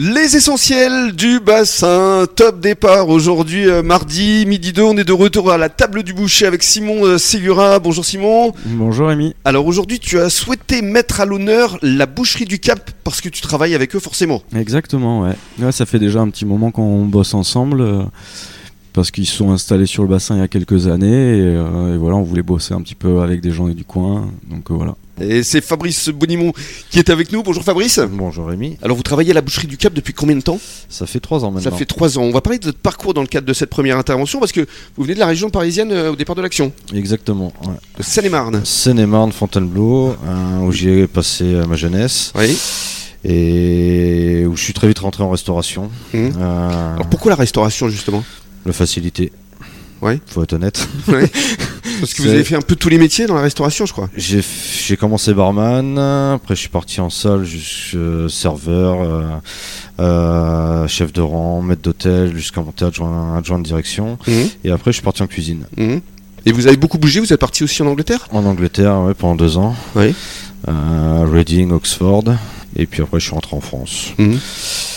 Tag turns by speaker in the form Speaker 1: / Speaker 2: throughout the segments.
Speaker 1: Les essentiels du bassin, top départ aujourd'hui euh, mardi midi 2, on est de retour à la table du boucher avec Simon euh, Ségura. Bonjour Simon.
Speaker 2: Bonjour Rémi.
Speaker 1: Alors aujourd'hui tu as souhaité mettre à l'honneur la boucherie du Cap parce que tu travailles avec eux forcément.
Speaker 2: Exactement, ouais. Ouais, ça fait déjà un petit moment qu'on bosse ensemble. euh, Parce qu'ils se sont installés sur le bassin il y a quelques années et, euh, et voilà, on voulait bosser un petit peu avec des gens du coin, donc euh, voilà.
Speaker 1: Et c'est Fabrice Bonimont qui est avec nous. Bonjour Fabrice.
Speaker 3: Bonjour Rémi,
Speaker 1: Alors vous travaillez à la boucherie du Cap depuis combien de temps
Speaker 3: ça fait trois ans maintenant.
Speaker 1: Ça fait trois ans. On va parler de votre parcours dans le cadre de cette première intervention parce que vous venez de la région parisienne euh, au départ de l'action,
Speaker 3: Exactement. ouais.
Speaker 1: de Seine-et-Marne.
Speaker 3: Seine-et-Marne, Fontainebleau, hein, où j'ai passé euh, ma jeunesse
Speaker 1: Oui.
Speaker 3: et où je suis très vite rentré en restauration.
Speaker 1: Mhm.
Speaker 3: Euh,
Speaker 1: Alors pourquoi la restauration justement
Speaker 3: la facilité.
Speaker 1: Ouais.
Speaker 3: Faut être honnête.
Speaker 1: Parce que vous
Speaker 3: C'est-
Speaker 1: avez fait un peu tous les métiers dans la restauration je crois.
Speaker 3: J'ai f- j'ai commencé barman, après je suis parti en salle, jusque serveur, euh, euh, chef de rang, maître d'hôtel, jusqu'à monter adjoint, adjoint de direction.
Speaker 1: Mhm.
Speaker 3: Et après je suis parti en cuisine.
Speaker 1: Mhm. Et vous avez beaucoup bougé, vous êtes parti aussi en Angleterre
Speaker 3: En Angleterre, ouais, pendant deux ans.
Speaker 1: Oui.
Speaker 3: Euh, Reading, Oxford. Et puis après, je suis rentré en France.
Speaker 1: Mmh.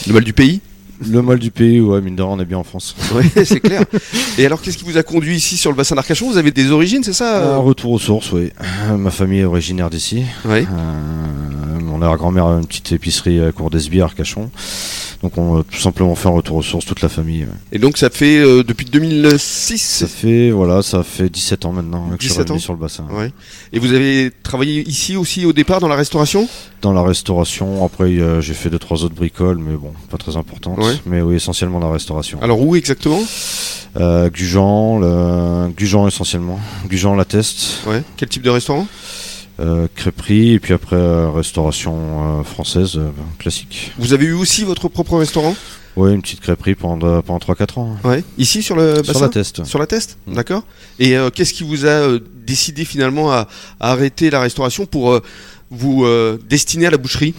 Speaker 1: Le mal du pays
Speaker 3: Le mal du pays, ouais, mine de rien, on est bien en France.
Speaker 1: Oui, c'est clair. Et alors, qu'est-ce qui vous a conduit ici sur le bassin d'Arcachon Vous avez des origines, c'est
Speaker 3: Un
Speaker 1: ça euh
Speaker 3: retour aux sources, oui. Euh, Ma famille est originaire d'ici.
Speaker 1: Oui.
Speaker 3: Euh, mon arrière-grand-mère a une petite épicerie à Cour d'Esbire, à Arcachon. Donc on a tout simplement fait un retour aux sources, toute la famille. ouais.
Speaker 1: Et donc, ça fait euh, depuis 2006
Speaker 3: Ça fait, voilà, ça fait 17 ans maintenant que je suis
Speaker 1: 17
Speaker 3: revenu
Speaker 1: ans.
Speaker 3: sur le bassin.
Speaker 1: Ouais. Et vous avez travaillé ici aussi au départ dans la restauration
Speaker 3: Dans la restauration, après euh, j'ai fait deux trois autres bricoles, mais bon, pas très importantes.
Speaker 1: Ouais.
Speaker 3: Mais oui, essentiellement la restauration.
Speaker 1: Alors, où exactement
Speaker 3: Euh, Gujan, le... Gujan essentiellement. Gujan la teste,
Speaker 1: ouais. Quel type de restaurant
Speaker 3: euh, crêperie et puis après euh, restauration euh, française euh, classique.
Speaker 1: Vous avez eu aussi votre propre restaurant
Speaker 3: Ouais, une petite crêperie pendant, pendant 3-4 ans. hein.
Speaker 1: ouais. Ici sur le bassin
Speaker 3: Sur la teste.
Speaker 1: Sur la test
Speaker 3: Mm.
Speaker 1: D'accord. Et euh, qu'est-ce qui vous a euh, décidé finalement à, à arrêter la restauration pour euh, vous euh, destiner à la boucherie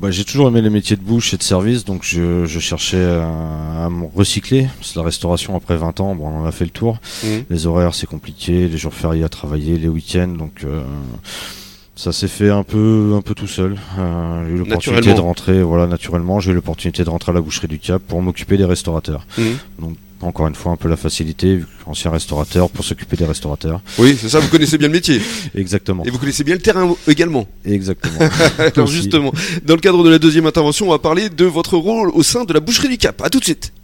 Speaker 3: Bah, j'ai toujours aimé les métiers de bouche et de service, donc je, je cherchais à, à me recycler. C'est la restauration après 20 ans, bon, on en a fait le tour.
Speaker 1: Mhm.
Speaker 3: Les horaires, c'est compliqué, les jours fériés à travailler, les week-ends, donc euh, ça s'est fait un peu, un peu tout seul. Euh, j'ai eu l'opportunité
Speaker 1: Naturellement.
Speaker 3: de rentrer, voilà, naturellement, j'ai eu l'opportunité de rentrer à la boucherie du Cap pour m'occuper des restaurateurs.
Speaker 1: Mhm.
Speaker 3: Donc, encore une fois, un peu la facilité, vu que je suis ancien restaurateur, pour s'occuper des restaurateurs.
Speaker 1: Oui, c'est ça, vous connaissez bien le métier.
Speaker 3: Exactement.
Speaker 1: Et vous connaissez bien le terrain également.
Speaker 3: Exactement.
Speaker 1: Alors
Speaker 3: Aussi.
Speaker 1: justement, dans le cadre de la deuxième intervention, on va parler de votre rôle au sein de la boucherie du Cap. À tout de suite.